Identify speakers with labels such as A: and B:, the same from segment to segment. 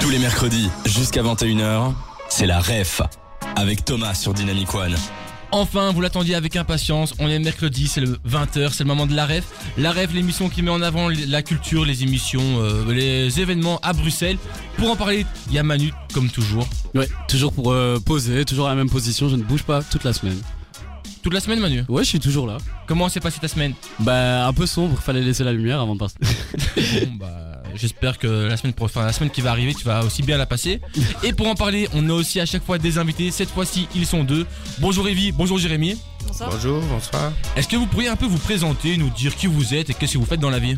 A: Tous les mercredis, jusqu'à 21h, c'est la REF, avec Thomas sur Dynamic One.
B: Enfin, vous l'attendiez avec impatience. On est mercredi, c'est le 20h, c'est le moment de la ref. La ref, l'émission qui met en avant la culture, les émissions, euh, les événements à Bruxelles. Pour en parler, il y a Manu, comme toujours.
C: Ouais, toujours pour euh, poser, toujours à la même position, je ne bouge pas toute la semaine.
B: Toute la semaine, Manu
C: Ouais, je suis toujours là.
B: Comment s'est passée ta semaine
C: Bah, un peu sombre, fallait laisser la lumière avant de partir.
B: Bon, bah, j'espère que la semaine, pro- enfin, la semaine qui va arriver, tu vas aussi bien la passer. Et pour en parler, on a aussi à chaque fois des invités. Cette fois-ci, ils sont deux. Bonjour Evie, bonjour Jérémy.
D: Bonsoir.
E: Bonjour, bonsoir.
B: Est-ce que vous pourriez un peu vous présenter, nous dire qui vous êtes et qu'est-ce que vous faites dans la vie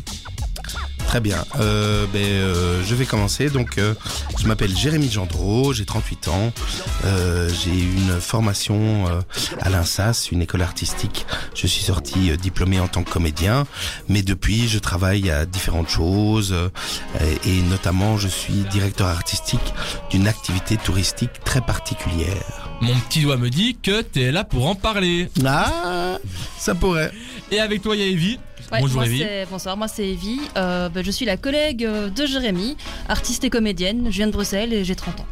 E: Très bien. Euh, ben, euh, je vais commencer. Donc, euh, je m'appelle Jérémy Gendreau, j'ai 38 ans. Euh, j'ai une formation euh, à l'INSAS, une école artistique. Je suis sorti euh, diplômé en tant que comédien, mais depuis, je travaille à différentes choses euh, et, et notamment, je suis directeur artistique d'une activité touristique très particulière.
B: Mon petit doigt me dit que t'es là pour en parler.
E: Ah, ça pourrait.
B: Et avec toi, il y a Evie.
D: Ouais,
B: Bonjour
D: moi,
B: Evie.
D: c'est- Bonsoir, moi c'est Evie. Euh, bah, je suis la collègue euh, de Jérémy, artiste et comédienne. Je viens de Bruxelles et j'ai 30 ans.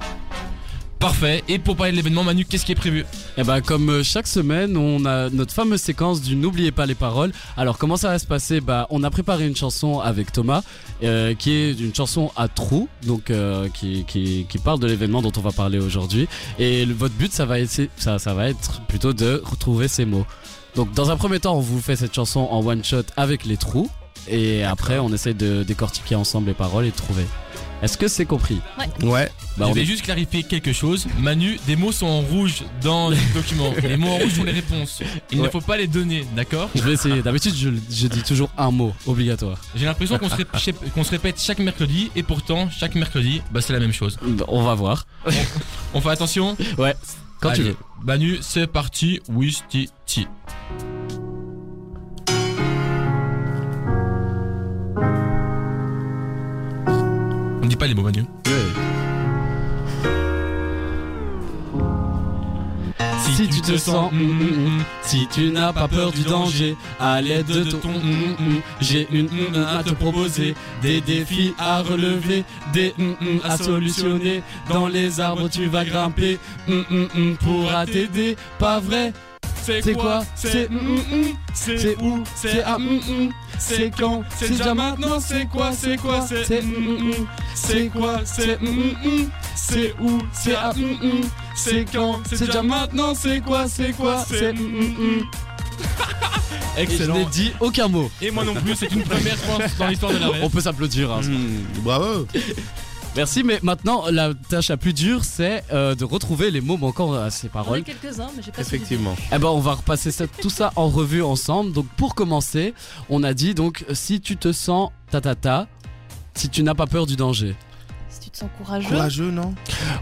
B: Parfait. Et pour parler de l'événement, Manu, qu'est-ce qui est prévu
C: Et bah, comme euh, chaque semaine, on a notre fameuse séquence du N'oubliez pas les paroles. Alors, comment ça va se passer Bah, on a préparé une chanson avec Thomas, euh, qui est une chanson à trous, donc euh, qui, qui, qui parle de l'événement dont on va parler aujourd'hui. Et le- votre but, ça va, être, ça, ça va être plutôt de retrouver ces mots. Donc, dans un premier temps, on vous fait cette chanson en one shot avec les trous. Et après, on essaie de décortiquer ensemble les paroles et de trouver. Est-ce que c'est compris
E: Ouais.
C: Bah,
B: Je
C: on
B: vais
C: est-
B: juste clarifier quelque chose. Manu, des mots sont en rouge dans le document. Les mots en rouge sont les réponses. Il ne
C: Ouais.
B: faut pas les donner, d'accord
C: Je vais essayer. D'habitude, je, je dis toujours un mot obligatoire.
B: J'ai l'impression qu'on se, rép- chép- qu'on se répète chaque mercredi et pourtant, chaque mercredi, bah, c'est la même chose.
C: On va voir.
B: On fait attention
C: Ouais. Quand tu
B: Allez,
C: veux.
B: Manu, c'est parti. Wistiti. On dit pas les mots, Manu.
C: Si tu te sens, mm, mm, mm, si tu n'as pas peur du danger, à l'aide de ton, mm, mm, mm, j'ai une mm, mm, à te proposer, des défis à relever, des mm, mm, à solutionner. Dans les arbres, tu vas grimper, mm, mm, mm, pourra t'aider. Pas vrai C'est quoi C'est mm, mm, mm, c'est où C'est à mm, mm, c'est quand C'est déjà maintenant C'est quoi C'est quoi C'est mm, mm, mm. C'est quoi C'est hum, hum, hum. C'est où C'est à hum, hum. C'est quand C'est déjà maintenant C'est quoi C'est quoi C'est hum, hum, hum. Et je n'ai
B: Excellent.
C: dit aucun mot.
B: Et moi non plus, c'est une première, je pense, dans l'histoire de la
C: On
B: ref.
C: peut s'applaudir. hein.
E: bravo.
C: Merci, mais maintenant la tâche la plus dure, c'est euh, de retrouver les mots manquants à ces
D: J'en ai
C: paroles.
D: quelques-uns, mais j'ai pas suivi.
E: Effectivement.
C: Eh ben, on va repasser ça- tout ça en revue ensemble. Donc, pour commencer, on a dit donc si tu te sens ta ta ta, si tu n'as pas peur du danger.
D: Si tu te sens courageux,
E: Courageux, non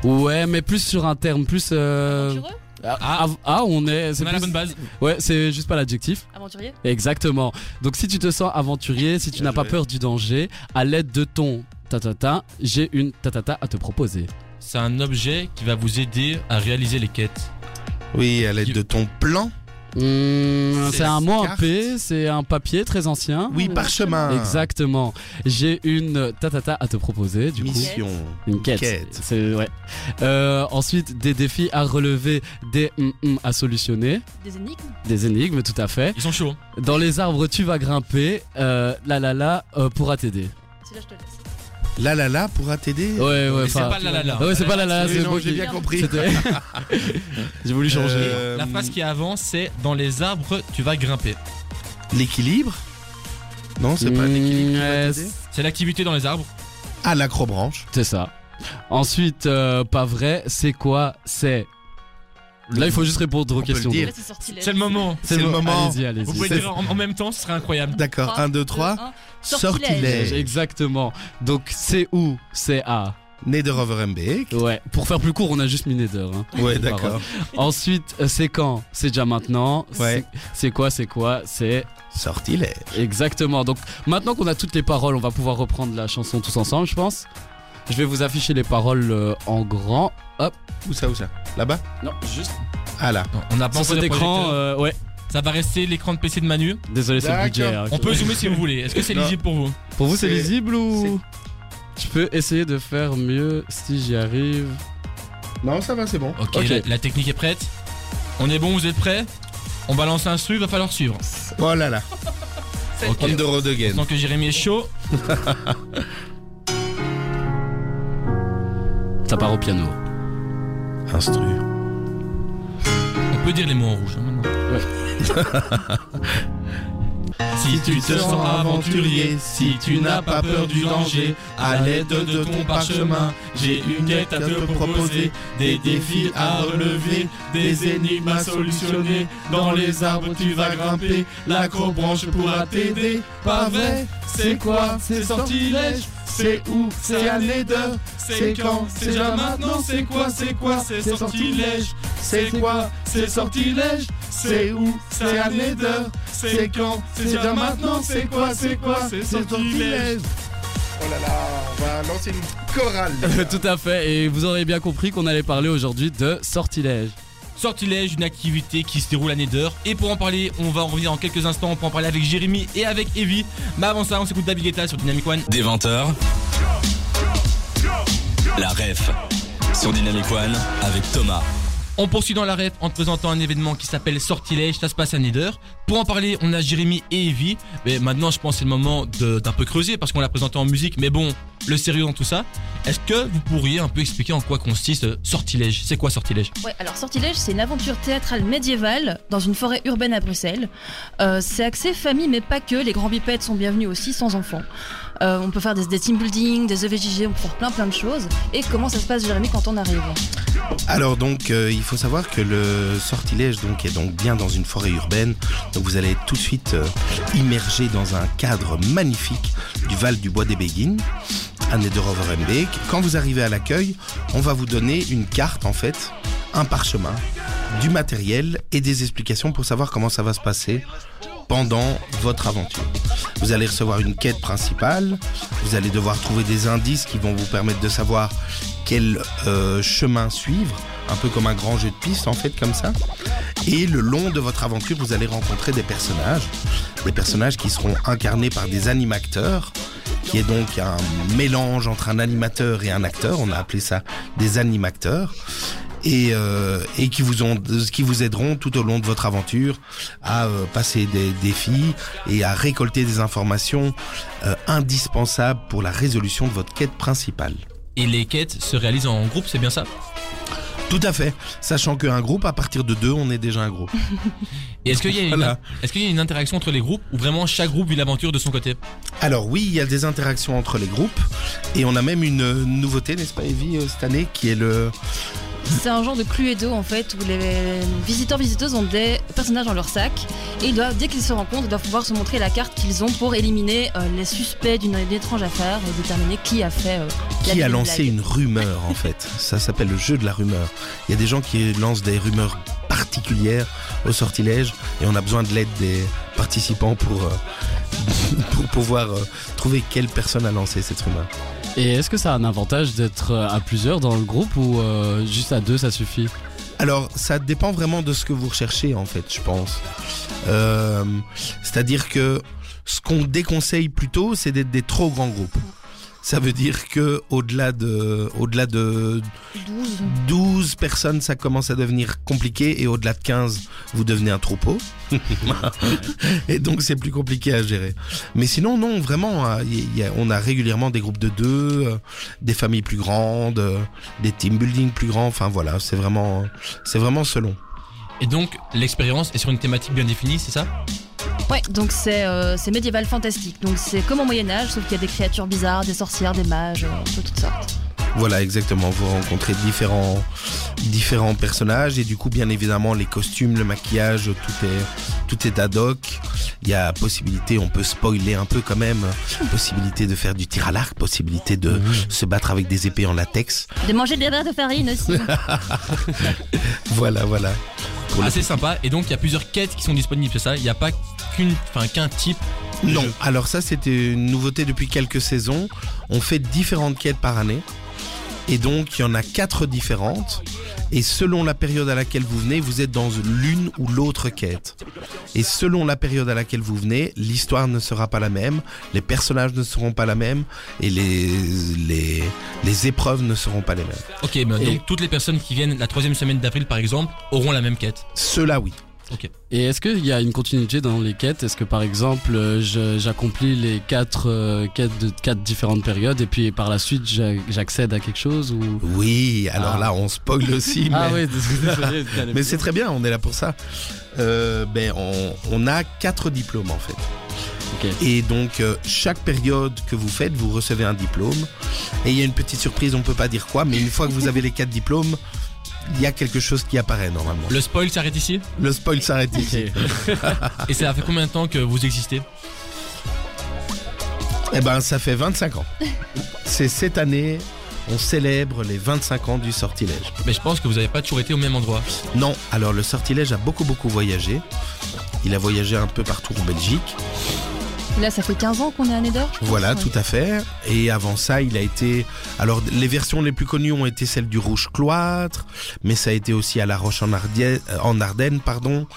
C: Ouais, mais plus sur un terme, plus. euh,
D: aventureux,
C: ah, ah, on est. c'est
B: On a la
C: plus-
B: bonne base.
C: Ouais, c'est juste pas l'adjectif.
D: aventurier,
C: Exactement. Donc si tu te sens aventurier, si tu
E: Bien
C: n'as pas
E: joué.
C: peur du danger, à l'aide de ton tatata, j'ai une tatata à te proposer.
B: C'est un objet qui va vous aider à réaliser les quêtes.
E: Oui, à l'aide de ton plan.
C: Mmh,
E: C'est
C: c'est un
E: la
C: mot en
E: carte.
C: P, c'est un papier très ancien.
E: Oui, parchemin.
C: Exactement. J'ai une tatata à te proposer, du coup.
E: Mission.
C: Une quête.
E: Quête.
C: C'est ouais. Euh, ensuite, des défis à relever, des hum, hum à solutionner,
D: des énigmes,
C: des énigmes, tout à fait.
B: Ils sont chauds. hein.
C: Dans les arbres, tu vas grimper. Euh, la la la euh, pourra t'aider.
D: c'est là je te laisse.
E: La la la pourra t'aider
C: Ouais ouais.
B: Mais c'est
C: enfin- Ah
B: pas la la la.
C: Ouais, c'est pas la la la.
E: Oui,
C: c'est
E: non,
C: moi
E: j'ai
C: qui-
E: bien compris.
C: C'était. J'ai voulu changer.
E: Euh,
B: La phrase qui est avant, c'est dans les arbres, tu vas grimper.
E: L'équilibre Non, c'est pas
C: Mm,
E: l'équilibre. qui va
C: ouais,
E: t'aider
B: C'est l'activité dans les arbres.
E: Ah, l'acrobranche.
C: C'est ça. Ensuite, euh, pas vrai, c'est quoi C'est. Là, il faut juste répondre aux
E: On peut le
C: questions.
E: dire.
D: Là c'est sortilège.
B: C'est le moment.
E: C'est le moment.
C: Allez-y, allez-y.
B: Vous pouvez
E: C'est-
B: dire en, en même temps, ce serait incroyable.
E: D'accord, 1, 2, 3.
D: un. Sortilège.
C: C'est-
E: Sortilège.
C: Exactement. Donc, c'est où C'est à.
E: Né de Rover MBX.
C: Ouais. Pour faire plus court, on a juste mis Nether. Hein.
E: Ouais, d'accord.
C: Ensuite, euh, c'est quand C'est déjà maintenant. C'est-
E: Ouais.
C: C'est quoi C'est quoi C'est.
E: Sortilège.
C: Exactement. Donc, maintenant qu'on a toutes les paroles, on va pouvoir reprendre la chanson tous ensemble, je pense. Je vais vous afficher les paroles euh, en grand. Hop.
E: Où ça, où ça Là-bas
C: Non, juste.
E: Ah là.
B: Non, On n'a pas
C: Sur
B: encore
C: cet
B: de
C: écran,
B: projecteur.
C: euh, ouais.
B: Ça va rester l'écran de PC de Manu.
C: Désolé, c'est le
E: D'accord.
C: budget. hein.
B: On peut zoomer si vous voulez. Est-ce que c'est
E: Non.
B: lisible pour vous
C: Pour vous, c'est
E: C'est-
C: lisible ou Je peux essayer de faire mieux si j'y arrive.
E: Non, ça va, c'est bon.
B: Ok,
C: Ok.
B: La, la technique est prête. On est bon, vous êtes prêts On balance un il va falloir suivre.
E: Oh là là,
B: Ok.
E: on the road again.
B: Tant que Jérémy est chaud,
C: Ça part au piano.
E: Instru.
B: on peut dire les mots en rouge. hein, maintenant.
C: Si tu te sens aventurier, si tu n'as pas peur du danger, à l'aide de ton parchemin, j'ai une quête à te proposer, des défis à relever, des énigmes à solutionner. Dans les arbres, tu vas grimper, l'acrobranche pourra t'aider. Pas vrai C'est quoi C'est sortilège C'est où C'est à l'aide C'est quand C'est déjà maintenant C'est quoi C'est quoi C'est sortilège C'est quoi C'est sortilège C'est où C'est à l'aide c'est quand C'est déjà maintenant C'est quoi C'est quoi C'est sortilège
E: Oh là là, on va lancer une chorale. les gars.
C: Tout à fait, et vous aurez bien compris qu'on allait parler aujourd'hui de sortilège.
B: Sortilège, une activité qui se déroule à Neder. Et pour en parler, on va en revenir en quelques instants. On peut en parler avec Jérémy et avec Evie. Mais avant ça, on s'écoute David Guetta sur Dynamic One.
A: Dès 20h, la ref sur Dynamic One avec Thomas.
B: On poursuit dans la ref en te présentant un événement qui s'appelle Sortilège, ça se passe à Nether. Pour en parler, on a Jérémy et Evie. Mais maintenant, je pense que c'est le moment de- d'un peu creuser parce qu'on l'a présenté en musique. Mais bon, le sérieux dans tout ça. Est-ce que vous pourriez un peu expliquer en quoi consiste euh, Sortilège C'est quoi Sortilège
D: Ouais, alors Sortilège, c'est une aventure théâtrale médiévale dans une forêt urbaine à Bruxelles. Euh, c'est axé famille, mais pas que. Les grands bipèdes sont bienvenus aussi, sans enfants. Euh, on peut faire des, des team building, des E EVJG, on peut faire plein plein de choses. Et comment ça se passe, Jérémy, quand on arrive
E: Alors donc, euh, il faut savoir que le sortilège donc est donc bien dans une forêt urbaine. Donc vous allez être tout de suite euh, immergé dans un cadre magnifique du Val du Bois des Béguines, à Nederoverembeek. Quand vous arrivez à l'accueil, on va vous donner une carte en fait, un parchemin, du matériel et des explications pour savoir comment ça va se passer pendant votre aventure. Vous allez recevoir une quête principale, vous allez devoir trouver des indices qui vont vous permettre de savoir quel euh, chemin suivre, un peu comme un grand jeu de piste en fait comme ça. Et le long de votre aventure, vous allez rencontrer des personnages, des personnages qui seront incarnés par des animacteurs, qui est donc un mélange entre un animateur et un acteur, on a appelé ça des animacteurs. Et, euh, et qui vous ont, qui vous aideront tout au long de votre aventure à euh, passer des défis et à récolter des informations euh, indispensables pour la résolution de votre quête principale.
B: Et les quêtes se réalisent en groupe, c'est bien ça
E: Tout à fait. Sachant qu'un groupe, à partir de deux, on est déjà un groupe.
B: Et est-ce qu'il y, a une-
E: Voilà.
B: est-ce qu'il y a une interaction entre les groupes ou vraiment chaque groupe vit l'aventure de son côté
E: Alors oui, il y a des interactions entre les groupes. Et on a même une euh, nouveauté, n'est-ce pas Evie, euh, cette année, qui est le...
D: C'est un genre de Cluedo en fait où les visiteurs visiteuses ont des personnages dans leur sac et ils doivent dès qu'ils se rencontrent ils doivent pouvoir se montrer la carte qu'ils ont pour éliminer euh, les suspects d'une d'une étrange affaire et déterminer qui a fait euh, la
E: Qui a
D: belle
E: lancé
D: blague.
E: une rumeur, en fait. Ça s'appelle le jeu de la rumeur. Il y a des gens qui lancent des rumeurs particulières au sortilège. Et on a besoin de l'aide des participants pour... euh, pour pouvoir euh, trouver quelle personne a lancé cette rumeur.
C: Et est-ce que ça a un avantage d'être euh, à plusieurs dans le groupe ou euh, juste à deux ça suffit
E: Alors, ça dépend vraiment de ce que vous recherchez, en fait, je pense. Euh, C'est-à-dire que ce qu'on déconseille plutôt, c'est d'être des trop grands groupes. Ça veut dire que au-delà de, au-delà de
D: 12
E: 12 personnes, ça commence à devenir compliqué et au-delà de 15, vous devenez un troupeau. et donc c'est plus compliqué à gérer. Mais sinon, non, vraiment, hein, il y a- on a régulièrement des groupes de deux, euh, des familles plus grandes, euh, des team building plus grands. Enfin voilà, c'est vraiment, euh, c'est vraiment selon.
B: Et donc, l'expérience est sur une thématique bien définie, c'est ça
D: Ouais, donc c'est euh, c'est médiéval fantastique. Donc c'est comme au Moyen-Âge, sauf qu'il y a des créatures bizarres, des sorcières, des mages, euh, un peu toutes sortes.
E: Voilà, exactement. Vous rencontrez différents, différents personnages et du coup, bien évidemment, les costumes, le maquillage, tout est, tout est ad hoc. Il y a possibilité, on peut spoiler un peu quand même, possibilité de faire du tir à l'arc, possibilité de se battre avec des épées en latex.
D: De manger des verres de farine aussi.
E: Voilà, voilà. Pour le
B: Assez sympa. Et donc, il y a plusieurs quêtes qui sont disponibles, c'est ça Il n'y a pas qu'une, enfin qu'un type.
E: Non, alors ça c'était une nouveauté depuis quelques saisons. On fait différentes quêtes par année. Et donc il y en a quatre différentes. Et selon la période à laquelle vous venez, vous êtes dans l'une ou l'autre quête. Et selon la période à laquelle vous venez, l'histoire ne sera pas la même, les personnages ne seront pas la même, et les, les, les épreuves ne seront pas les mêmes.
B: Ok, mais
C: Et-
B: donc toutes les personnes qui viennent la troisième semaine d'avril par exemple auront la même quête.
E: Cela, oui.
C: Et est-ce qu'il y a une continuité dans les quêtes Est-ce que par exemple euh, je- j'accomplis les quatre euh, quêtes de quatre différentes périodes et puis par la suite j'a- j'accède à quelque chose ou
E: Oui, alors
C: Ah.
E: là, on spoil aussi, mais,
C: Ah oui, désolé, désolé.
E: mais c'est très bien, on est là pour ça. Euh, ben, on, on a quatre diplômes en fait.
C: Ok.
E: Et donc, euh, chaque période que vous faites, vous recevez un diplôme. Et il y a une petite surprise, on peut pas dire quoi, mais une fois que vous avez les quatre diplômes, il y a quelque chose qui apparaît normalement.
B: Le spoil s'arrête ici
E: Le spoil s'arrête ici.
C: Ok.
E: Ah.
B: Et ça fait combien de temps que vous existez
E: Eh ben, ça fait 25 ans. C'est cette année, on célèbre les 25 ans du sortilège.
B: Mais je pense que vous n'avez pas toujours été au même endroit.
E: Non, alors le sortilège a beaucoup, beaucoup voyagé. Il a voyagé un peu partout en Belgique.
D: Là, ça fait 15 ans qu'on est à Nédor. je pense,
E: Voilà,
D: ouais.
E: tout à fait. Et avant ça, il a été. Alors, les versions les plus connues ont été celles du Rouge Cloître, mais ça a été aussi à La Roche en, Ardenne, en Ardennes, pardon,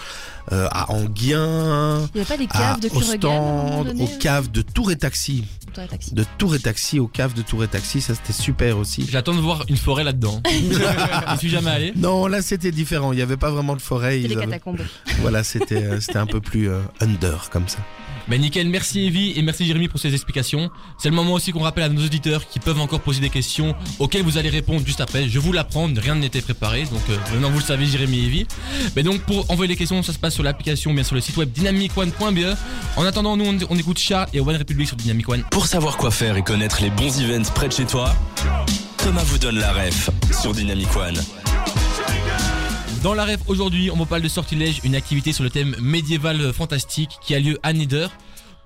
E: euh, à Anguien,
D: Il n'y avait pas des
E: à
D: caves de Kurgan
E: Ostende, aux caves de Tour et Taxi.
D: taxi.
E: De Tour et Taxi, aux caves de Tour et Taxi, ça c'était super aussi.
B: J'attends de voir une forêt là-dedans. Je suis jamais allé.
E: Non, là c'était différent, il n'y avait pas vraiment de forêt.
D: C'était
E: ils
D: les
E: avaient-
D: catacombes.
E: Voilà, c'était euh, c'était un peu plus euh, under comme ça.
B: Mais nickel, merci Evie et merci Jérémy pour ces explications. C'est le moment aussi qu'on rappelle à nos auditeurs qui peuvent encore poser des questions auxquelles vous allez répondre juste après. Je vous l'apprends, rien n'était préparé, donc euh, maintenant vous le savez Jérémy et Evie. Mais donc pour envoyer les questions, ça se passe sur l'application, ou bien sur le site web dynamicone.be. En attendant, nous on, on écoute Chat et One Republic sur Dynamic One.
A: Pour savoir quoi faire et connaître les bons events près de chez toi, Thomas vous donne la ref sur Dynamic One.
B: Dans la rêve aujourd'hui, on vous parle de Sortilège, une activité sur le thème médiéval euh, fantastique qui a lieu à Nidder.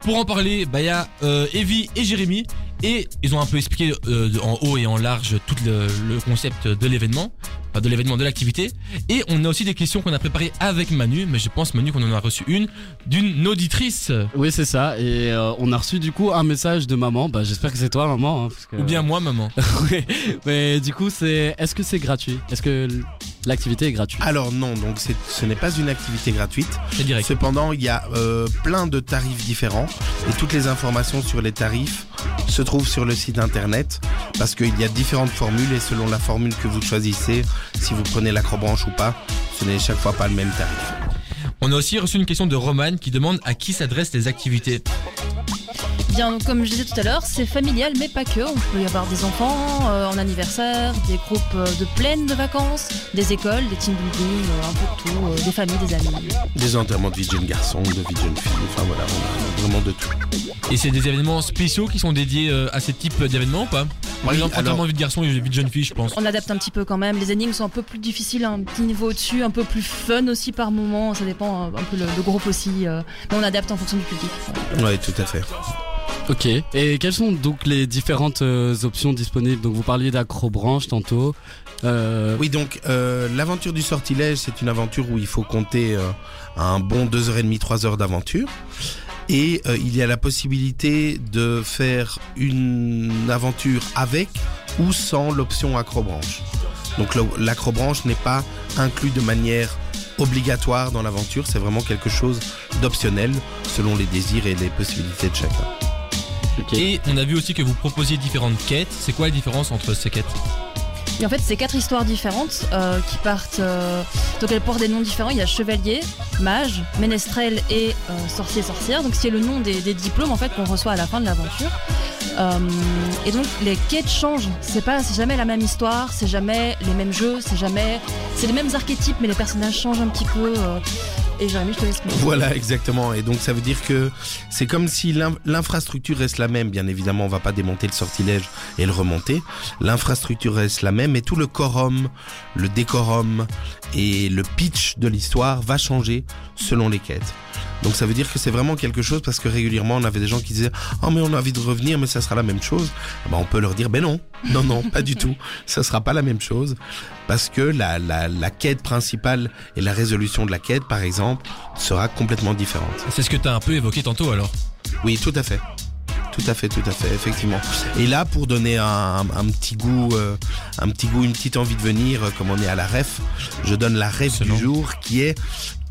B: Pour en parler, bah, il y a euh, Evie et Jérémy et ils ont un peu expliqué euh, de- en haut et en large tout le, le concept de l'événement, enfin de l'événement de l'activité. Et on a aussi des questions qu'on a préparées avec Manu, mais je pense Manu qu'on en a reçu une d'une auditrice
C: Oui, c'est ça. Et euh, on a reçu du coup un message de maman. Bah, j'espère que c'est toi, maman. hein, parce que-
B: ou bien moi maman.
C: Ouais. Mais du coup, c'est. Est-ce que c'est gratuit Est-ce que l- l'activité est gratuite
E: Alors non, donc c'est- ce n'est pas une activité gratuite.
B: C'est direct.
E: Cependant, il y a euh, plein de tarifs différents et toutes les informations sur les tarifs se trouvent sur le site internet parce qu'il y a différentes formules et selon la formule que vous choisissez, si vous prenez l'acrobranche ou pas, ce n'est chaque fois pas le même tarif.
B: On a aussi reçu une question de Romane qui demande à qui s'adressent les activités.
D: Bien, donc, comme je disais tout à l'heure, c'est familial, mais pas que. On peut y avoir des enfants euh, en anniversaire, des groupes euh, de plaines de vacances, des écoles, des team building, euh, un peu de tout, euh, des familles, des amis.
E: Des enterrements de vie de jeune garçon, de vie de jeune fille, enfin voilà, on a vraiment de tout.
B: Et c'est des événements spéciaux qui sont dédiés euh, à ce type d'événement ou pas Par
E: Oui,
B: exemple,
E: alors-
B: enterrement vie de garçon et vie de jeune fille, je pense.
D: On adapte un petit peu quand même. Les énigmes sont un peu plus difficiles, un petit niveau au-dessus, un peu plus fun aussi par moment. Ça dépend euh, un peu le, le groupe aussi. euh, mais on adapte en fonction du public.
E: Oui, tout à fait.
C: Ok. Et quelles sont donc les différentes euh, options disponibles Donc, vous parliez d'acrobranche tantôt. Euh,
E: Oui, donc euh, l'aventure du sortilège, c'est une aventure où il faut compter euh, un bon 2h30, 3 heures d'aventure. Et euh, il y a la possibilité de faire une aventure avec ou sans l'option acrobranche. Donc le- l'acrobranche n'est pas inclus de manière obligatoire dans l'aventure, c'est vraiment quelque chose d'optionnel selon les désirs et les possibilités de chacun.
C: ok.
B: Et on a vu aussi que vous proposiez différentes quêtes. C'est quoi la différence entre ces quêtes
D: Et en fait, c'est quatre histoires différentes euh, qui partent. euh, donc elles portent des noms différents. Il y a chevalier, mage, ménestrel et euh, sorcier, sorcière. Donc c'est le nom des, des diplômes en fait qu'on reçoit à la fin de l'aventure. Euh, et donc les quêtes changent. C'est pas, c'est jamais la même histoire. C'est jamais les mêmes jeux. C'est jamais, c'est les mêmes archétypes, mais les personnages changent un petit peu. euh, et Jérémy, je te laisse. continuer.
E: Voilà, exactement. Et donc ça veut dire que c'est comme si l'in- l'infrastructure reste la même. Bien évidemment, on va pas démonter le sortilège et le remonter. L'infrastructure reste la même, mais tout le quorum, le décorum et le pitch de l'histoire va changer selon les quêtes. Donc ça veut dire que c'est vraiment quelque chose parce que régulièrement on avait des gens qui disaient oh mais on a envie de revenir mais ça sera la même chose. Ah ben, on peut leur dire ben non non non pas du tout ça sera pas la même chose parce que la, la, la quête principale et la résolution de la quête par exemple sera complètement différente.
B: C'est ce que t'as un peu évoqué tantôt alors.
E: Oui, tout à fait. Tout à fait, tout à fait, effectivement. Et là, pour donner un, un- un petit goût, euh, un petit goût, une petite envie de venir, euh, comme on est à la ref, je donne la ref du
B: Excellent.
E: jour qui est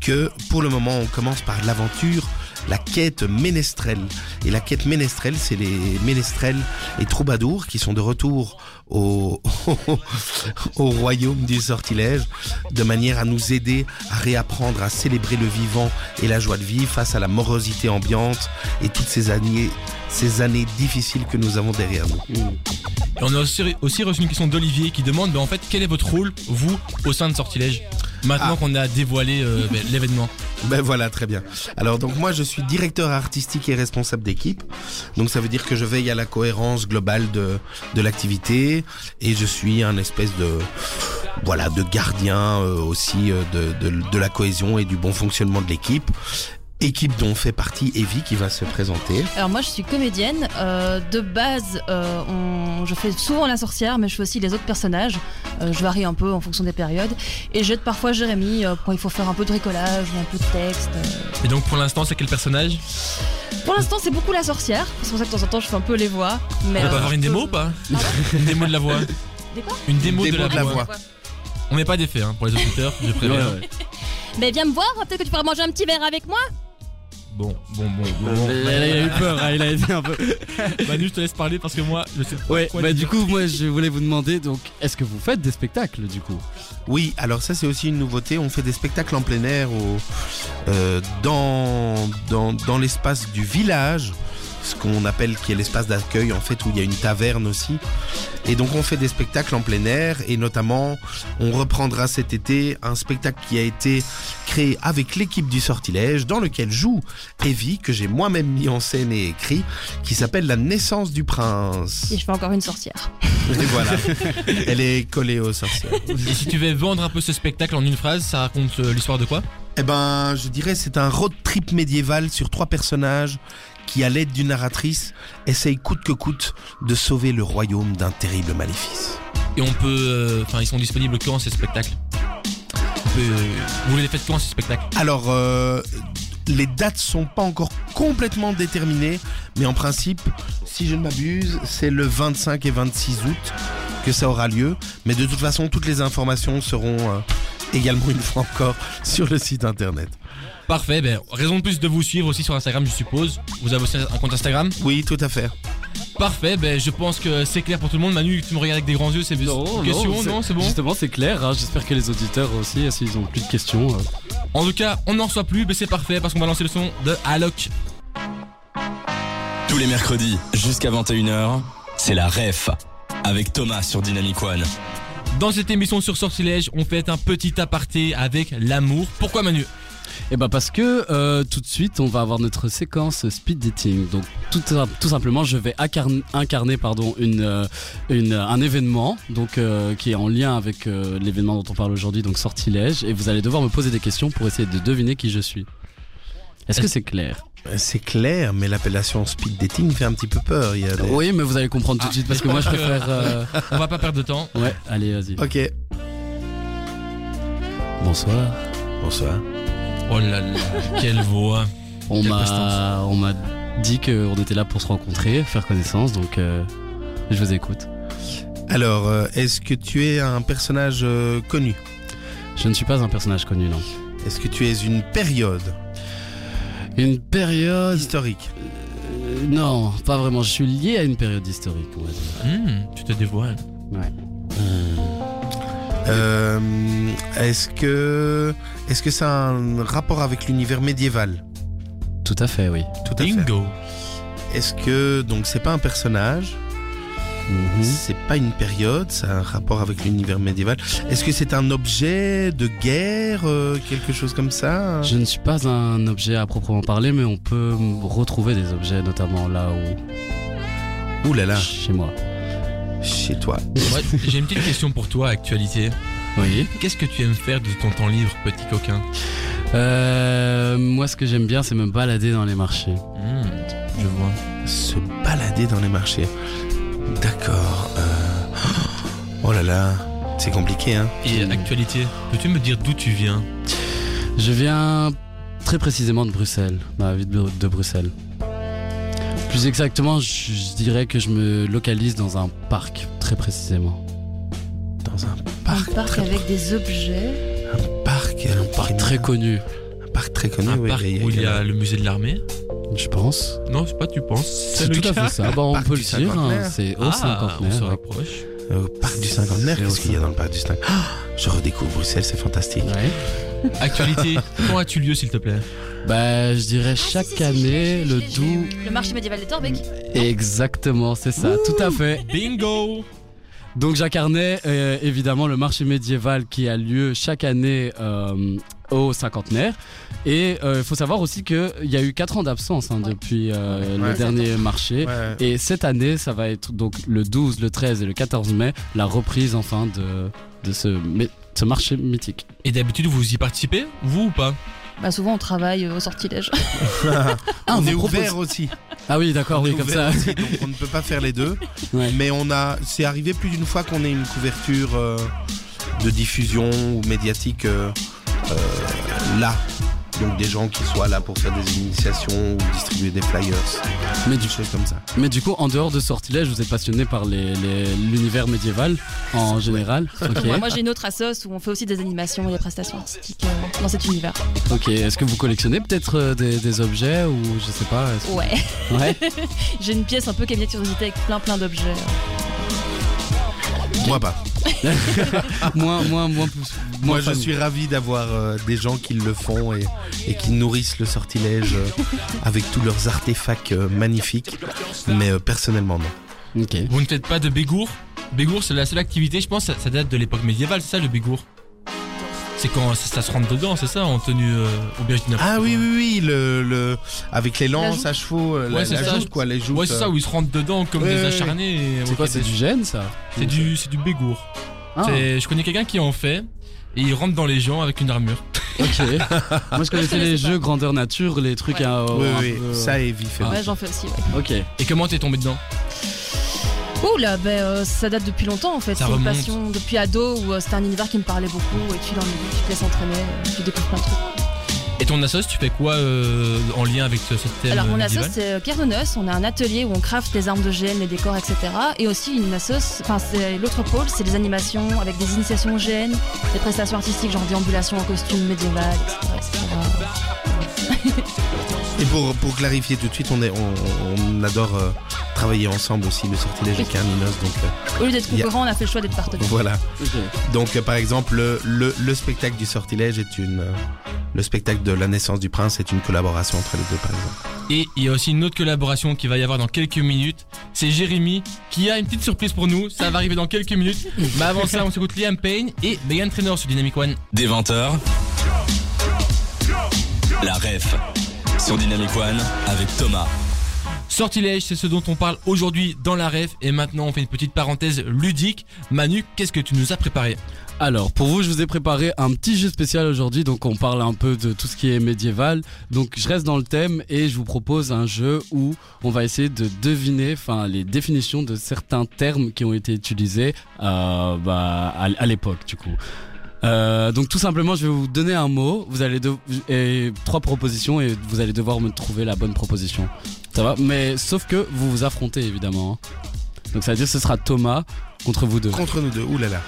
E: que pour le moment on commence par l'aventure la quête ménestrelle. Et la quête ménestrelle, c'est les ménestrels et troubadours qui sont de retour au, au royaume du sortilège, de manière à nous aider à réapprendre à célébrer le vivant et la joie de vivre face à la morosité ambiante et toutes ces années, ces années difficiles que nous avons derrière nous.
B: Et on a aussi, aussi reçu une question d'Olivier qui demande bah, en fait quel est votre rôle, vous, au sein de Sortilège Maintenant
E: Ah.
B: qu'on a dévoilé euh, bah, l'événement.
E: Ben voilà, très bien. Alors donc moi je suis directeur artistique et responsable d'équipe. Donc ça veut dire que je veille à la cohérence globale de, de l'activité et je suis un espèce de voilà de gardien euh, aussi euh, de, de, de la cohésion et du bon fonctionnement de l'équipe. Équipe dont fait partie Evie qui va se présenter.
D: Alors moi je suis comédienne. Euh, de base, euh, on- je fais souvent la sorcière, mais je fais aussi les autres personnages. Euh, je varie un peu en fonction des périodes. Et j'aide parfois Jérémy euh, quand il faut faire un peu de bricolage ou un peu de texte. euh.
B: Et donc pour l'instant, c'est quel personnage
D: Pour l'instant c'est beaucoup la sorcière. C'est pour ça que de temps en temps je fais un peu les voix. Mais,
B: On va
D: euh,
B: pas avoir une démo
D: euh,
B: ou pas
D: Pardon
B: Une démo de la voix
D: Des quoi
B: Une démo,
E: Démo
B: de la voix. On met pas d'effet hein, pour les auditeurs, je préviens.
D: Mais viens me voir, hein, peut-être que tu pourras manger un petit verre avec moi.
B: Bon, bon, bon, bon.
C: Bon,
B: bon. Bah,
C: mais là, il a eu peur, hein, il a été un peu.
B: Manu, je te laisse parler parce que moi, je sais pas
C: Ouais,
B: quoi
C: bah
B: dire.
C: du coup, moi je voulais vous demander donc, est-ce que vous faites des spectacles du coup
E: Oui, alors ça c'est aussi une nouveauté. On fait des spectacles en plein air au, euh, dans, dans, dans l'espace du village, ce qu'on appelle qui est l'espace d'accueil en fait où il y a une taverne aussi. Et donc on fait des spectacles en plein air et notamment on reprendra cet été un spectacle qui a été créé avec l'équipe du sortilège dans lequel joue Evie que j'ai moi-même mis en scène et écrit qui s'appelle La naissance du prince.
D: Et je fais encore une sorcière.
E: Et voilà, elle est collée au sorcières.
B: Et si tu veux vendre un peu ce spectacle en une phrase, ça raconte euh, l'histoire de quoi
E: Eh ben, je dirais c'est un road trip médiéval sur trois personnages qui, à l'aide d'une narratrice, essayent coûte que coûte de sauver le royaume d'un terrible maléfice.
B: Et on peut. euh, Enfin, ils sont disponibles quand ces spectacles On peut, euh, Vous les faites quand ces spectacles
E: Alors, euh, les dates sont pas encore complètement déterminées, mais en principe, si je ne m'abuse, c'est le 25 et 26 août que ça aura lieu. Mais de toute façon, toutes les informations seront euh, également une fois encore sur le site internet.
B: Parfait, ben, raison de plus de vous suivre aussi sur Instagram, je suppose. Vous avez aussi un compte Instagram
E: Oui, tout à fait.
B: Parfait, ben, je pense que c'est clair pour tout le monde. Manu, tu me regardes avec des grands yeux, c'est une question,
C: c'est-
B: non, c'est bon
C: Justement, c'est clair. hein, J'espère que les auditeurs aussi, euh, s'ils ont plus de questions. euh,
B: En tout cas, on n'en reçoit plus, mais c'est parfait parce qu'on va lancer le son de Alok.
A: Tous les mercredis jusqu'à 21h, c'est la REF avec Thomas sur Dynamic One.
B: Dans cette émission sur Sortilège, on fait un petit aparté avec l'amour. Pourquoi Manu
C: Eh ben parce que euh, tout de suite on va avoir notre séquence speed dating. Donc tout, tout simplement je vais incarn- incarner pardon une, euh, une euh, un événement donc euh, qui est en lien avec euh, l'événement dont on parle aujourd'hui donc sortilège et vous allez devoir me poser des questions pour essayer de deviner qui je suis. Est-ce que c'est clair
E: C'est clair, mais l'appellation speed dating fait un petit peu peur. Il y a des-
C: Oui mais vous allez comprendre tout de
B: Ah,
C: suite parce
B: je
C: que moi je
B: pense que-
C: préfère. euh,
B: On va pas perdre de temps.
C: Ouais allez vas-y.
E: Ok.
C: Bonsoir.
E: Bonsoir.
B: Oh là là, quelle voix.
C: On
B: Quelle
C: m'a
B: prestance.
C: on m'a dit qu'on était là pour se rencontrer faire connaissance donc euh, je vous écoute.
E: Alors, euh, est-ce que tu es un personnage euh, connu
C: Je ne suis pas un personnage connu non.
E: Est-ce que tu es une période
C: Une période
E: historique
C: Euh, non, pas vraiment. Je suis lié à une période historique, on va dire.
B: Hmm, tu te dévoiles.
E: Euh, Est-ce que est-ce que ça a un rapport avec l'univers médiéval
C: Tout à fait, oui.
E: Tout à fait.
B: Bingo.
E: Est-ce que donc c'est pas un personnage,
C: Mhm.
E: c'est pas une période, ça a un rapport avec l'univers médiéval. Est-ce que c'est un objet de guerre, euh, quelque chose comme ça
C: Je ne suis pas un objet à proprement parler, mais on peut m- retrouver des objets, notamment là où.
E: Ouh là là,
C: Chez moi.
E: chez toi.
B: Moi, j'ai une petite question pour toi, actualité.
C: Oui.
B: Qu'est-ce que tu aimes faire de ton temps libre, petit coquin
C: Euh, moi, ce que j'aime bien, c'est me balader dans les marchés.
B: Hmm, Je vois.
E: se balader dans les marchés. D'accord. euh, Oh là là, c'est compliqué, hein
B: Et actualité, peux-tu me dire d'où tu viens
C: Je viens très précisément de Bruxelles, dans la ville de Bru- de Bruxelles. Plus exactement, je, je dirais que je me localise dans un parc, très précisément.
E: Dans un
D: Un parc avec des objets.
E: parc, un Mmh.
C: Parc très connu.
E: parc très connu.
B: Un
E: Ah oui,
B: parc
E: mais
B: où il y
E: également-
B: a le musée de l'armée
C: Je pense.
B: Non, c'est pas tu penses.
C: C'est
B: le
C: tout à
B: cas
C: fait ça. Bah, on
E: Parc
C: peut le
E: du
C: dire. hein,
E: cinquantenaire.
C: C'est au
B: Ah, on se
C: cinquantenaire.
B: rapproche.
E: euh, Au parc du cinquantenaire,
C: C'est
E: qu'est-ce
C: au
E: qu'il y a dans le parc du cinquantenaire Ah, Je redécouvre Bruxelles, c'est fantastique.
C: Ouais.
B: Actualité, quand as-tu lieu s'il te plaît
C: Bah, je dirais
D: Ah, si, si, si,
C: chaque
D: je l'ai,
C: année,
D: je l'ai,
C: le
D: je l'ai, je
C: 12.
D: l'ai. Le marché médiéval des Torbeck.
C: Exactement, c'est ça, tout à fait.
B: Bingo
C: Donc j'incarnais euh, évidemment le marché médiéval qui a lieu chaque année euh, au cinquantenaire. Et euh, il faut savoir aussi qu'il y a eu 4 ans d'absence hein, depuis euh, le
E: Ouais.
C: dernier marché.
E: Ouais.
C: Et cette année, ça va être donc le 12, le 13 et le 14 mai, la reprise enfin de, de ce, mé- ce marché mythique.
B: Et d'habitude, vous y participez Vous ou pas
D: Bah, souvent, on travaille euh, au sortilège.
E: on
C: vous
E: est
C: proposez-
E: ouvert aussi.
C: Ah oui, d'accord,
E: On est
C: oui, comme ça.
E: ouvert aussi, donc on ne peut pas faire les deux.
C: Ouais.
E: Mais on a, c'est arrivé plus d'une fois qu'on ait une couverture euh, de diffusion ou médiatique euh, euh, là. Donc des gens qui soient là pour faire des initiations ou distribuer des flyers,
C: Mais du,
E: des choses comme ça.
C: mais du coup, en dehors de Sortilège, vous êtes passionné par les- les- l'univers médiéval en général. Ok.
D: Moi, moi, j'ai une autre assos où on fait aussi des animations et des prestations artistiques euh, dans cet univers.
C: Ok, est-ce que vous collectionnez peut-être euh, des, des objets ou je sais pas est-ce-
D: Ouais.
C: Ouais.
D: J'ai une pièce un peu cabinet de curiosité avec plein plein d'objets.
E: Moi pas.
C: moins, moins, moins,
E: Moi
C: moins
E: je
C: fan.
E: suis ravi d'avoir euh, des gens qui le font et, et qui nourrissent le sortilège euh, avec tous leurs artefacts euh, magnifiques. Mais euh, personnellement non.
C: Ok.
B: Vous ne faites pas de bégour Bégour, c'est la seule activité, je pense, ça, ça date de l'époque médiévale, c'est ça le bégour C'est quand ça, ça se rentre dedans, c'est ça, en tenue euh, au auberge du
E: Ah oui oui oui le, le avec les lances
D: joute.
E: à chevaux, euh,
B: Ouais,
E: la,
B: c'est
E: la
B: ça.
E: joute, quoi, les joutes.
B: Ouais, c'est ça,
E: euh,
B: où ils se rentrent dedans comme
E: Ouais,
B: des
E: ouais, ouais.
B: acharnés. et-
C: C'est quoi, c'est du gène ça
B: C'est du, c'est du bégour.
C: Ah,
B: C'est- Je connais quelqu'un qui en fait et il rentre dans les gens avec une armure.
C: ok. Moi je connaissais les jeux grandeur nature, les trucs
D: Ouais.
C: à.
E: Oui,
C: un
E: oui,
C: peu-
E: ça est vif. hein. et
C: Ah.
D: Ouais, j'en fais aussi. ouais.
C: Ok.
B: Et comment t'es tombé dedans
D: Ouh là, ben, euh, ça date depuis longtemps en fait.
B: Ça
D: C'est une
B: remonte.
D: passion depuis ado où euh, c'était un univers qui me parlait beaucoup. Et puis dans mes tu te laisses entraîner, euh, tu découvres plein de trucs.
B: Et ton assos, tu fais quoi euh, en lien avec ce, ce thème
D: Alors mon
B: médiéval
D: assos c'est euh, Kernonos, on a un atelier où on craft les armes de GN, les décors, etc. Et aussi une assos, enfin c'est l'autre pôle, c'est des animations avec des initiations GN, des prestations artistiques genre déambulation en costume médiéval, etc. etc.
E: Et pour, pour clarifier tout de suite, on, est, on, on adore euh, travailler ensemble aussi le sortilège et Carninos. Donc euh,
D: Au lieu d'être
E: Il y a-
D: concurrent, on a fait le choix d'être partenaire.
E: voilà.
C: Ok.
E: Donc euh, par exemple, le, le, le spectacle du sortilège est une. euh, le spectacle de la naissance du prince est une collaboration entre les deux, par exemple.
B: Et il y a aussi une autre collaboration qui va y avoir dans quelques minutes. C'est Jérémy qui a une petite surprise pour nous. Ça va arriver dans quelques minutes. Mais avant ça, on s'écoute Liam Payne et Megan Trainor sur Dynamic One.
A: Dès 20h, la ref sur Dynamic One avec Thomas.
B: Sortilège, c'est ce dont on parle aujourd'hui dans la ref. Et maintenant, on fait une petite parenthèse ludique. Manu, qu'est-ce que tu nous as préparé
C: Alors, pour vous, je vous ai préparé un petit jeu spécial aujourd'hui. Donc, on parle un peu de tout ce qui est médiéval. Donc, je reste dans le thème et je vous propose un jeu où on va essayer de deviner enfin, les définitions de certains termes qui ont été utilisés euh, bah, à, à l'époque, du coup. Euh, donc tout simplement, je vais vous donner un mot. Vous allez de- et trois propositions et vous allez devoir me trouver la bonne proposition. Ça va Mais sauf que vous vous affrontez évidemment. hein. Donc ça veut dire que ce sera Thomas contre vous deux.
E: Contre nous deux, oulala.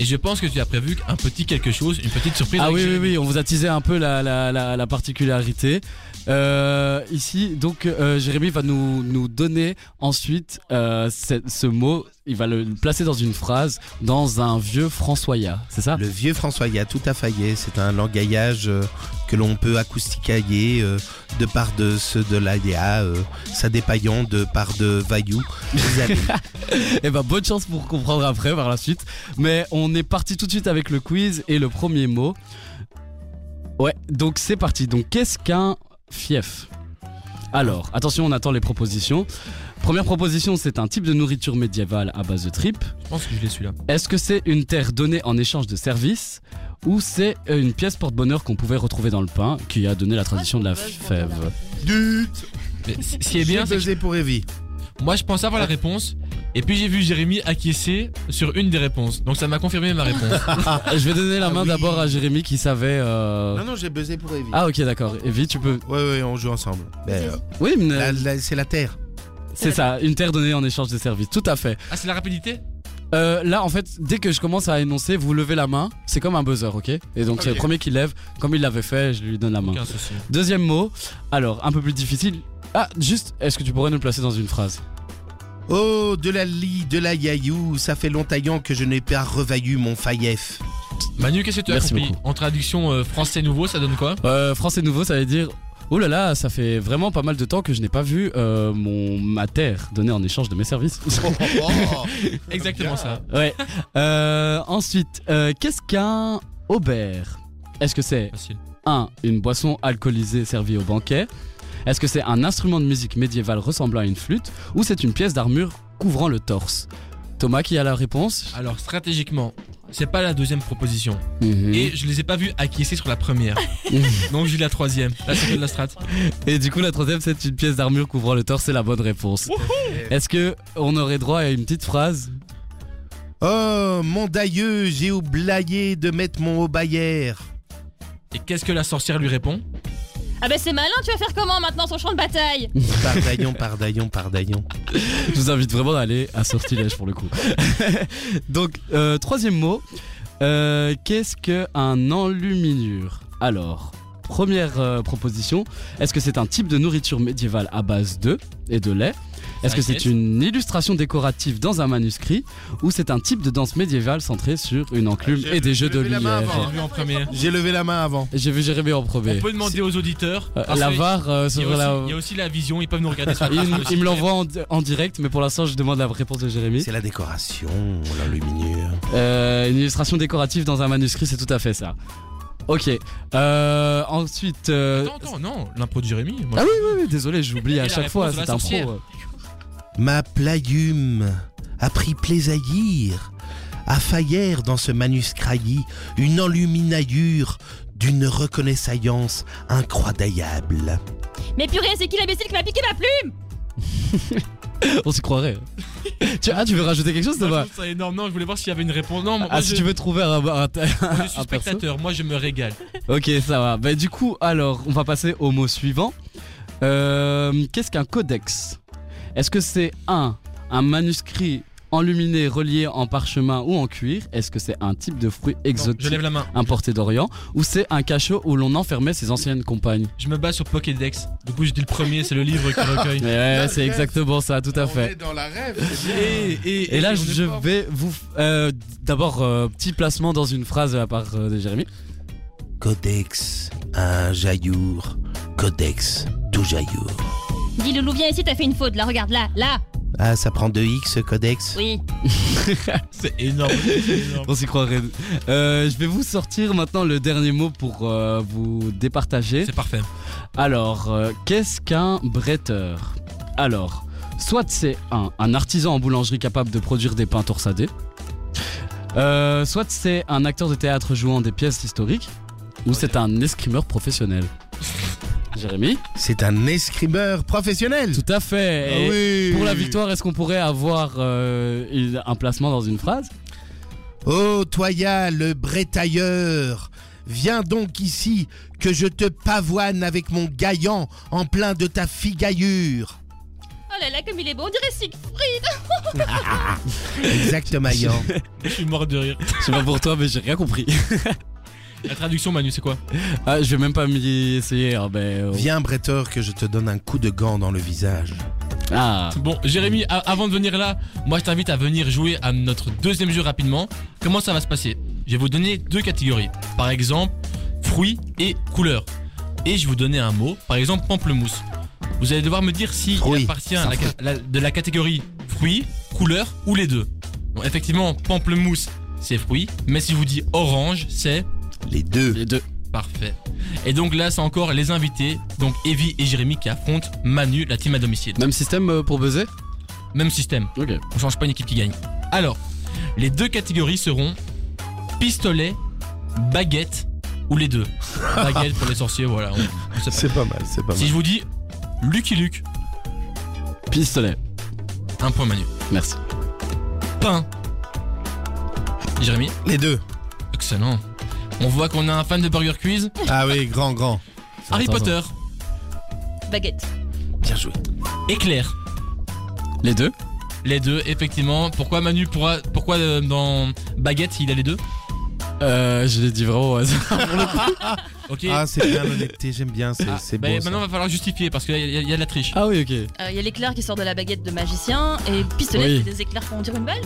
B: Et je pense que tu as prévu un petit quelque chose, une petite surprise.
C: Ah
B: avec
C: oui, oui,
B: Jérémy.
C: oui, on vous a teasé un peu la, la, la, la particularité. Euh, ici, donc, euh, Jérémy va nous, nous donner ensuite euh, ce, ce mot. Il va le placer dans une phrase, dans un vieux Françoisat, c'est ça
E: Le vieux François y a tout à faillé. C'est un langaillage euh, que l'on peut acousticailler euh, de part de ceux de l'ADA, euh, ça dépaillant de part de Vaillou. Vous allez.
C: Eh ben, bonne chance pour comprendre après, par la suite. Mais on est parti tout de suite avec le quiz et le premier mot. Ouais, donc c'est parti. Donc, qu'est-ce qu'un fief Alors, attention, on attend les propositions. Première proposition, c'est un type de nourriture médiévale à base de tripes.
B: Je pense que je l'ai celui-là.
C: Est-ce que c'est une terre donnée en échange de services ou c'est euh, une pièce porte-bonheur qu'on pouvait retrouver dans le pain qui a donné la tradition de la fève
E: Du
B: Mais ce qui est bien,
E: J'ai
B: c'est
E: buzzé pour Evie.
B: que moi, je pensais avoir la réponse. Et puis j'ai vu Jérémy acquiescer sur une des réponses. Donc ça m'a confirmé ma réponse.
C: Euh, Je vais donner la
E: Ah
C: main
E: oui.
C: d'abord à Jérémy qui savait. euh,
E: Non, non, j'ai buzzé pour Evie.
C: Ah ok d'accord. Evie tu peux.
E: Ouais, ouais, on joue ensemble. Mais, euh,
C: Oui mais
E: la- la- c'est la terre.
C: c'est ça, une terre donnée en échange de services. Tout à fait.
B: ah, c'est la rapidité
C: Euh, là, en fait, dès que je commence à énoncer, vous levez la main. C'est comme un buzzer, ok Et donc, c'est le
E: Ok.
C: premier qui lève. Comme il l'avait fait, je lui donne la main.
B: Aucun souci.
C: Deuxième mot. Alors, un peu plus difficile. Ah, juste, est-ce que tu pourrais nous le placer dans une phrase
E: Oh, de la lie, de la yayou, ça fait longtemps que je n'ai pas revaillu mon faïef.
B: Manu, qu'est-ce que tu as
C: Merci
B: compris
C: beaucoup.
B: En traduction euh, français nouveau, ça donne quoi
C: euh, Français nouveau, ça veut dire. Oh là là, ça fait vraiment pas mal de temps que je n'ai pas vu euh, mon ma terre donnée en échange de mes services.
B: Exactement ça.
C: ouais. Euh, ensuite, euh, qu'est-ce qu'un aubert Est-ce que c'est
B: Facile.
C: 1. Une boisson alcoolisée servie au banquet. Est-ce que c'est un instrument de musique médiévale ressemblant à une flûte ou c'est une pièce d'armure couvrant le torse Thomas qui a la réponse
B: Alors, stratégiquement, c'est pas la deuxième proposition.
C: Mhm.
B: Et je les ai pas vus acquiescer sur la première. Donc, j'ai la troisième. Là, c'est que de la strat.
C: Et du coup, la troisième, c'est une pièce d'armure couvrant le torse, c'est la bonne réponse. Est-ce que on aurait droit à une petite phrase
E: Oh, mon dailleux, j'ai oublié de mettre mon haut baillère.
B: Et qu'est-ce que la sorcière lui répond
F: Ah bah c'est malin, tu vas faire comment maintenant son champ de bataille
E: Pardaillon, pardaillon, pardaillon.
C: Je vous invite vraiment à aller à Sortilège pour le coup. Donc, euh, troisième mot, euh, qu'est-ce que un enluminure Alors, première euh, proposition, est-ce que c'est un type de nourriture médiévale à base d'œufs et de lait Est-ce que c'est
B: T'inquiète.
C: une illustration décorative dans un manuscrit Ou c'est un type de danse médiévale centrée sur une enclume
E: J'ai-
C: et des
E: j'ai
C: jeux de
E: levé la main
C: lumière
E: avant,
B: Ah, J'ai vu en première.
E: J'ai levé la main avant.
C: J'ai vu Jérémy en
B: On
C: premier.
B: peut demander aux auditeurs.
C: Euh,
B: parce
C: la
B: que
C: VAR euh,
B: Il y, a
C: sur
B: aussi,
C: la...
B: il y a aussi la vision, ils peuvent nous regarder sur
C: Il,
B: la
C: il me l'envoie en, en direct, mais pour l'instant, je demande la réponse de Jérémy.
E: C'est la décoration, l'enluminure.
C: Euh, une illustration décorative dans un manuscrit, c'est tout à fait ça. Ok. Euh, ensuite. euh,
B: Attends, attends, non, l'impro de Jérémy.
C: Ah
B: Moi,
C: oui, oui, oui, désolé, j'oublie à
B: Et la
C: chaque fois,
B: réponse de la
C: c'est un
B: sorcière.
C: pro.
E: Ma playume a pris plaisir à faillir dans ce manuscrit une enluminaillure d'une reconnaissaillance incroyable.
F: Mais purée, c'est qui l'imbécile qui m'a piqué ma plume
C: euh. On s'y croirait. tu, ah, tu veux rajouter quelque chose,
B: je
C: Thomas
B: trouve ça énorme. Non, je voulais voir s'il y avait une réponse. Non, moi,
C: Ah,
B: je,
C: si tu veux trouver un. un-
B: moi, je suis
C: un perso.
B: spectateur, moi je me régale.
C: ok, ça va. Bah, du coup, alors, on va passer au mot suivant. Euh, Qu'est-ce qu'un codex Est-ce que c'est un, un manuscrit enluminé, relié en parchemin ou en cuir Est-ce que c'est un type de fruit
B: Non,
C: exotique
B: je lève la main.
C: importé d'Orient, ou c'est un cachot où l'on enfermait ses anciennes compagnes.
B: Je me base sur Pokédex. Du coup, je dis le premier, c'est le livre qui recueille.
C: Ouais, c'est exactement ça, tout à fait.
E: dans la rêve.
B: Et,
C: Et là,
B: on est
C: je
B: fort.
C: vais vous. euh, D'abord, euh, petit placement dans une phrase à part euh, de Jérémy.
E: Codex, un jaillour. Codex, tout jaillour.
F: Dis Loulou, viens ici, t'as fait une faute, là, regarde, là, là
E: Ah, ça prend deux X, codex
F: Oui.
B: C'est énorme. c'est énorme.
C: On s'y croirait. Euh, je vais vous sortir maintenant le dernier mot pour euh, vous départager.
B: C'est parfait.
C: Alors, euh, qu'est-ce qu'un bretteur Alors, soit c'est un, un artisan en boulangerie capable de produire des pains torsadés, euh, soit c'est un acteur de théâtre jouant des pièces historiques, ou c'est un escrimeur professionnel. Jérémy
E: C'est un escrimeur professionnel.
C: Tout à fait. Et
E: oui.
C: Eh, Pour la victoire, est-ce qu'on pourrait avoir euh, une- un placement dans une phrase
E: Ô toya le brétailleur, viens donc ici que je te pavoine avec mon gaillant en plein de ta figaillure.
F: Oh là là, comme il est beau, on dirait Siegfried
E: Exact, Maillan.
B: Je suis mort de rire.
C: Je sais pas pour toi, mais j'ai rien compris.
B: La traduction, Manu, c'est quoi
C: Ah, je vais même pas m'y essayer. hein, mais, euh,
E: Viens, bretteur, que je te donne un coup de gant dans le visage.
C: Ah.
B: Bon, Jérémy, a- avant de venir là, moi je t'invite à venir jouer à notre deuxième jeu rapidement. Comment ça va se passer Je vais vous donner deux catégories. Par exemple, fruits et couleurs. Et je vais vous donner un mot, par exemple pamplemousse. Vous allez devoir me dire si
E: Fruits,
B: il appartient à
E: c'est un
B: la ca- la- de la catégorie fruits, couleurs ou les deux. Bon, effectivement, pamplemousse, c'est fruits, mais si je vous dis orange, c'est
E: Les deux.
C: Les deux.
B: parfait. Et donc là, c'est encore les invités, donc Evie et Jérémy qui affrontent Manu, la team à domicile.
C: Même système euh, pour buzzer
B: Même système.
C: Ok.
B: On change pas une équipe qui gagne. Alors, les deux catégories seront pistolet, baguette ou les deux. Baguette pour les sorciers, voilà. on- on sait pas.
E: C'est pas mal, c'est pas
B: Si je vous dis Lucky Luke,
C: Pistolet.
B: un point Manu.
C: Merci.
B: Pain. Jérémy,
E: Les deux.
B: excellent. On voit qu'on a un fan de Burger Quiz.
E: Ah oui, grand, grand.
B: Harry
C: Attends,
B: Potter,
F: Baguette.
E: Bien joué.
B: éclair,
C: Les deux
B: les deux, effectivement. Pourquoi Manu, pourra- pourquoi euh, dans Baguette, il a les deux
C: Euh, je l'ai dit vraiment au hasard.
B: Ok.
E: Ah, c'est bien l'honnêteté, j'aime bien, c'est
B: Ah,
E: c'est
B: bah,
E: beau. ça.
B: maintenant, va falloir justifier parce qu'il y, a- il y a- il y a de la triche.
C: Ah oui, ok.
D: Il Euh, y a l'éclair qui sort de la baguette de magicien et pistolet
C: Oui.
D: c'est des éclairs pour en dire une balle.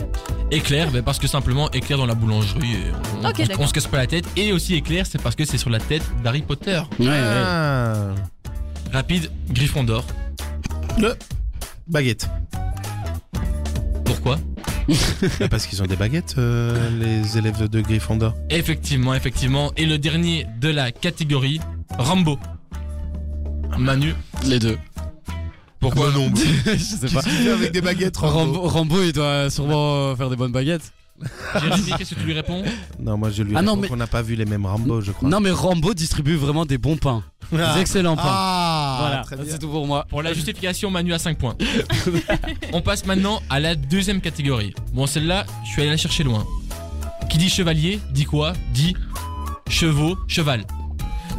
B: Éclair, bah, parce que simplement éclair dans la boulangerie, et on,
D: Ok,
B: on se-
D: d'accord.
B: on se casse pas la tête. Et aussi éclair, c'est parce que c'est sur la tête d'Harry Potter.
C: Ouais, ouais.
E: Ah.
B: Rapide, Griffon d'or.
E: Baguette.
B: Pourquoi
E: Ah, Parce qu'ils ont des baguettes, euh, les élèves de Gryffondor.
B: Effectivement, effectivement. Et le dernier de la catégorie, Rambo. Manu,
C: Les deux.
B: pourquoi
E: Bon nombre.
C: je sais pas.
E: avec des baguettes,
C: Rambo, Rambo, il doit sûrement euh, faire des bonnes baguettes.
B: Jérémy, qu'est-ce que tu lui réponds
E: Non, moi je lui
C: Ah,
E: réponds
C: non, mais-
E: qu'on n'a pas vu les mêmes Rambo, je crois.
C: Non, mais Rambo distribue vraiment des bons pains.
E: Ah.
C: Des excellents pains.
E: Ah,
C: voilà,
E: très bien.
C: c'est tout pour moi.
B: Pour la justification, Manu a 5 points. On passe maintenant à la deuxième catégorie. Bon, celle-là, je suis allé la chercher loin. Qui dit chevalier, dit quoi Dit chevaux, cheval.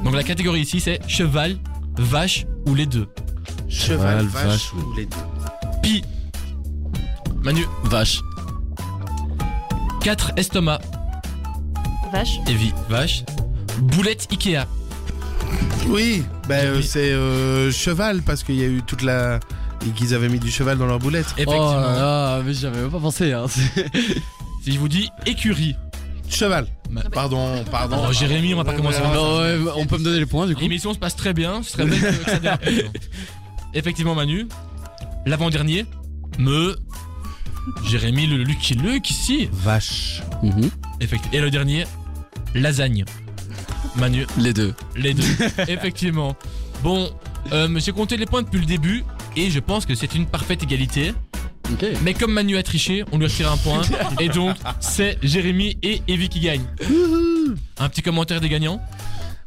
B: Donc la catégorie ici, c'est cheval, vache ou les deux.
C: Cheval,
E: Cheval, vache
C: vache,
E: ou les deux.
B: Pi. Manu,
C: Vache.
B: 4 estomacs.
D: Vache.
B: Evie, vache. Boulette
C: Oh
B: Ikea.
E: Oui, ben euh,
B: Oui.
E: c'est euh, cheval parce qu'il y a eu toute la. et qu'ils avaient mis du cheval dans leur boulette.
B: Effectivement.
C: Oh là là, mais j'avais même pas pensé. Hein. C'est-
B: Si je vous dis écurie.
E: Cheval.
B: Ma-
E: Pardon, pardon.
B: Oh, Jérémy, on va pas commencer comme ça.
C: Non, ouais, on peut me donner les points du coup.
B: L'émission se passe très bien, ce serait bien que ça dérape. hein. Effectivement, Manu. L'avant-dernier, me. Jérémy, le Lucky Luke ici.
E: Vache.
C: Mhm.
B: Effect- Et le dernier, lasagne. Manu,
C: Les deux.
B: les deux. Effectivement. Bon, euh, j'ai compté les points depuis le début et je pense que c'est une parfaite égalité.
C: Ok.
B: Mais comme Manu a triché, on lui retire un point. Et donc, c'est Jérémy et Evie qui gagnent. Un petit commentaire des gagnants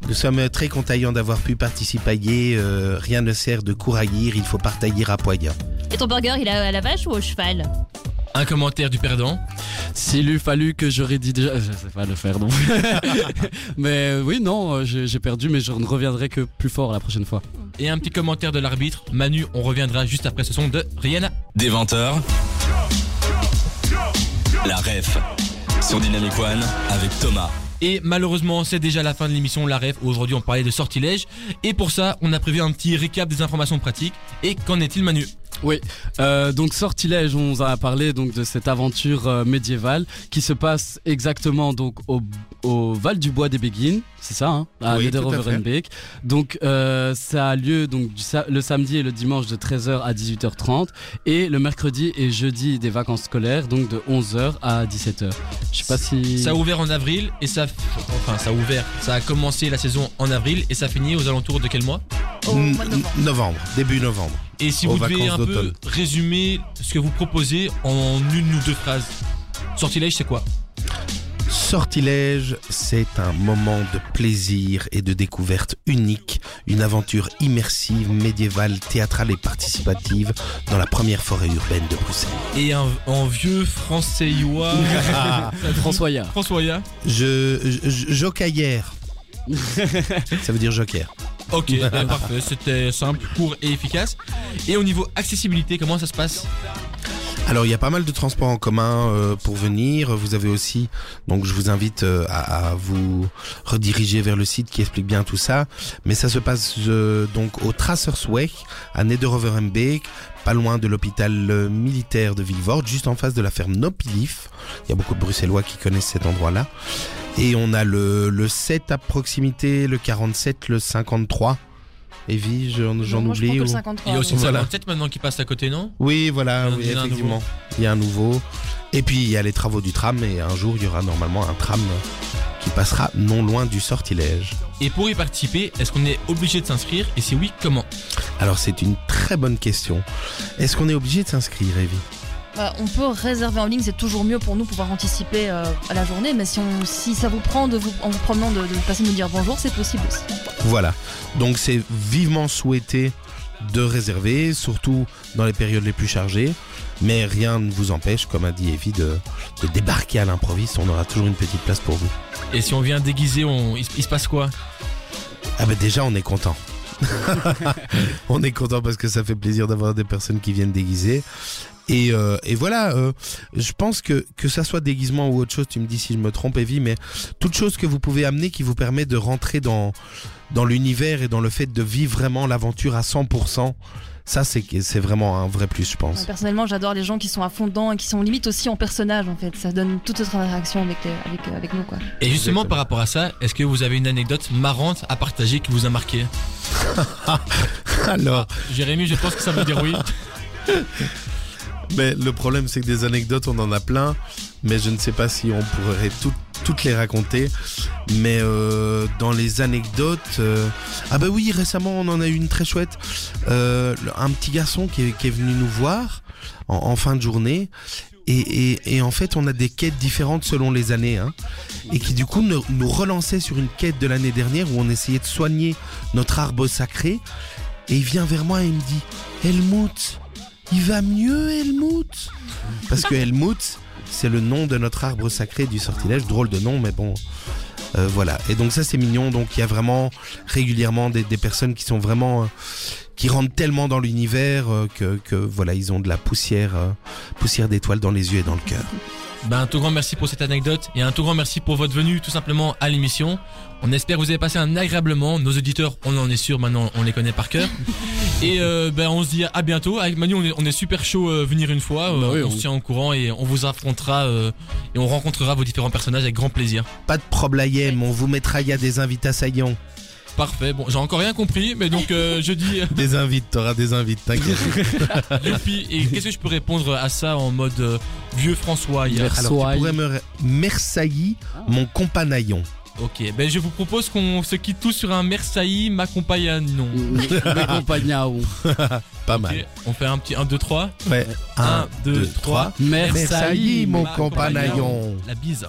E: Nous sommes très contents d'avoir pu participer. euh, rien ne sert de couraillir, il faut partager à poignard.
F: Et ton burger, il est à la vache ou au cheval
B: Un commentaire du perdant.
C: S'il eût fallu que j'aurais dit déjà. Je sais pas le faire non. mais euh, oui, non, euh, j'ai j'ai perdu, mais je ne reviendrai que plus fort la prochaine fois.
B: Et un petit commentaire de l'arbitre. Manu, on reviendra juste après ce son de Rihanna.
A: Dès 20h, la ref sur Dynamic One avec Thomas.
B: Et malheureusement, c'est déjà la fin de l'émission La Ref. Aujourd'hui, on parlait de sortilège. Et pour ça, on a prévu un petit récap des informations pratiques. Et qu'en est-il, Manu
C: Euh, donc sortilège, on vous a parlé donc de cette aventure euh, médiévale qui se passe exactement donc au, au Val du Bois des Béguines, c'est ça, hein, à
E: Oui, tout à
C: Nederoverenbeek. Donc euh, ça a lieu donc du sa- le samedi et le dimanche de 13h à 18h30 et le mercredi et jeudi des vacances scolaires donc de 11h à 17h. Je sais pas si
B: Ça a ouvert en avril et ça. Enfin, ça a ouvert. Ça a commencé la saison en avril et ça finit aux alentours de quel mois
D: Au mois de novembre.
E: novembre, début novembre.
B: Et si
E: Aux
B: vous devez
E: vacances
B: un peu
E: d'automne.
B: résumer ce que vous proposez en une ou deux phrases. Sortilège, c'est quoi
E: Sortilège, c'est un moment de plaisir et de découverte unique, une aventure immersive, médiévale, théâtrale et participative dans la première forêt urbaine de Bruxelles.
B: Et un, en vieux françaiois.
C: François Yard.
B: François Yard.
E: Je, je, je- jocaillère. Ça veut dire joker.
B: Ok, bah, parfait. C'était simple, court et efficace. Et au niveau accessibilité, comment ça se passe
E: Alors il y a pas mal de transports en commun euh, pour venir. Vous avez aussi, donc je vous invite euh, à, à vous rediriger vers le site qui explique bien tout ça. Mais ça se passe euh, donc au Trassersweg, à Nederoverembeek, pas loin de l'hôpital euh, militaire de Vilvoorde, juste en face de la ferme Nopilif. Il y a beaucoup de Bruxellois qui connaissent cet endroit-là. Et on a le, le 7 à proximité, le 47, le 53. Evie, j'en j'en
D: Moi, je prends
E: oublie
D: que
E: ou-
D: le 53.
B: Il y a aussi
D: donc.
B: le
E: Voilà.
B: 57 maintenant qui passe à côté, non
E: oui,
B: Il y
E: voilà,
B: en a
E: oui,
B: déjà un
E: effectivement. Il y a un nouveau. Et puis il y a les travaux du tram et un jour il y aura normalement un tram qui passera non loin du sortilège.
B: Et pour y participer, est-ce qu'on est obligé de s'inscrire Et si oui, comment
E: Alors c'est une très bonne question. Est-ce qu'on est obligé de s'inscrire, Evie
D: Bah, on peut réserver en ligne, c'est toujours mieux pour nous pouvoir anticiper euh, à la journée, mais si, on, si ça vous prend de vous, en vous promenant de, de passer nous dire bonjour, c'est possible aussi.
E: Voilà. Donc c'est vivement souhaité de réserver, surtout dans les périodes les plus chargées. Mais rien ne vous empêche, comme a dit Evie, de, de débarquer à l'improviste. On aura toujours une petite place pour vous.
B: Et si on vient déguisé, on... il, se- il se passe quoi
E: Ah ben déjà on est content. On est content parce que ça fait plaisir d'avoir des personnes qui viennent déguisées. Et, euh, et voilà, euh, je pense que que ça soit déguisement ou autre chose, tu me dis si je me trompe, Evie, mais toute chose que vous pouvez amener qui vous permet de rentrer dans dans l'univers et dans le fait de vivre vraiment l'aventure à 100%, ça c'est c'est vraiment un vrai plus, je pense.
D: Ouais, Personnellement, j'adore les gens qui sont à fond dedans et qui sont limite aussi en personnage en fait. Ça donne toute autre interaction avec, les- avec, avec nous quoi.
B: Et justement,
E: Exactement.
B: par rapport à ça, est-ce que vous avez une anecdote marrante à partager qui vous a marqué
E: Alors,
B: Jérémy, je pense que ça veut dire oui.
E: Mais le problème, c'est que des anecdotes, on en a plein. Mais je ne sais pas si on pourrait tout- toutes les raconter. Mais euh, dans les anecdotes. euh, Ah, bah oui, récemment, on en a eu une très chouette. Euh, le- un petit garçon qui est, qui est venu nous voir en, en fin de journée. Et, et- et en fait, on a des quêtes différentes selon les années. hein. et qui, du coup, nous, nous relançait sur une quête de l'année dernière où on essayait de soigner notre arbre sacré. Et il vient vers moi et il me dit Helmut, il va mieux, Helmut Parce que Helmut, c'est le nom de notre arbre sacré du sortilège. Drôle de nom, mais bon. Euh, voilà. Et donc, ça, c'est mignon. Donc, il y a vraiment régulièrement des, des personnes qui sont vraiment. euh, qui rentrent tellement dans l'univers euh, que, que, voilà, ils ont de la poussière, euh, poussière d'étoiles dans les yeux et dans le cœur.
B: Ben, un tout grand merci pour cette anecdote et un tout grand merci pour votre venue tout simplement à l'émission. On espère que vous avez passé un agréablement. Nos auditeurs, on en est sûr, maintenant on les connaît par cœur. Et euh, ben, on se dit à bientôt. Avec Manu, on est, on est super chaud euh, venir une fois. Euh,
C: Bah oui,
B: on,
C: on-
B: se tient au courant et on vous affrontera euh, et on rencontrera vos différents personnages avec grand plaisir.
E: Pas de problème, on vous mettra, il y a des invitations.
B: Parfait. Bon, j'ai encore rien compris, mais donc euh, je dis euh,
E: Des invites, t'auras des invites, t'inquiète.
B: youpi. Et qu'est-ce que je peux répondre à ça en mode euh, vieux François hier
C: Merci.
E: Alors, tu
C: Soailles.
E: pourrais me re- Mersailly, mon compagnon.
B: Ok, ben je vous propose qu'on se quitte tous sur un Mersailly m'accompagnant.
C: Mes compagnons.
E: Pas
B: Ok,
E: mal.
B: on fait un petit 1, 2, 3.
E: Ouais.
B: Un,
E: Un,
B: deux,
E: deux,
B: trois.
E: trois.
C: Merci.
E: Mersailly, mon
B: mon compagnon.
E: compagnon.
B: La bise.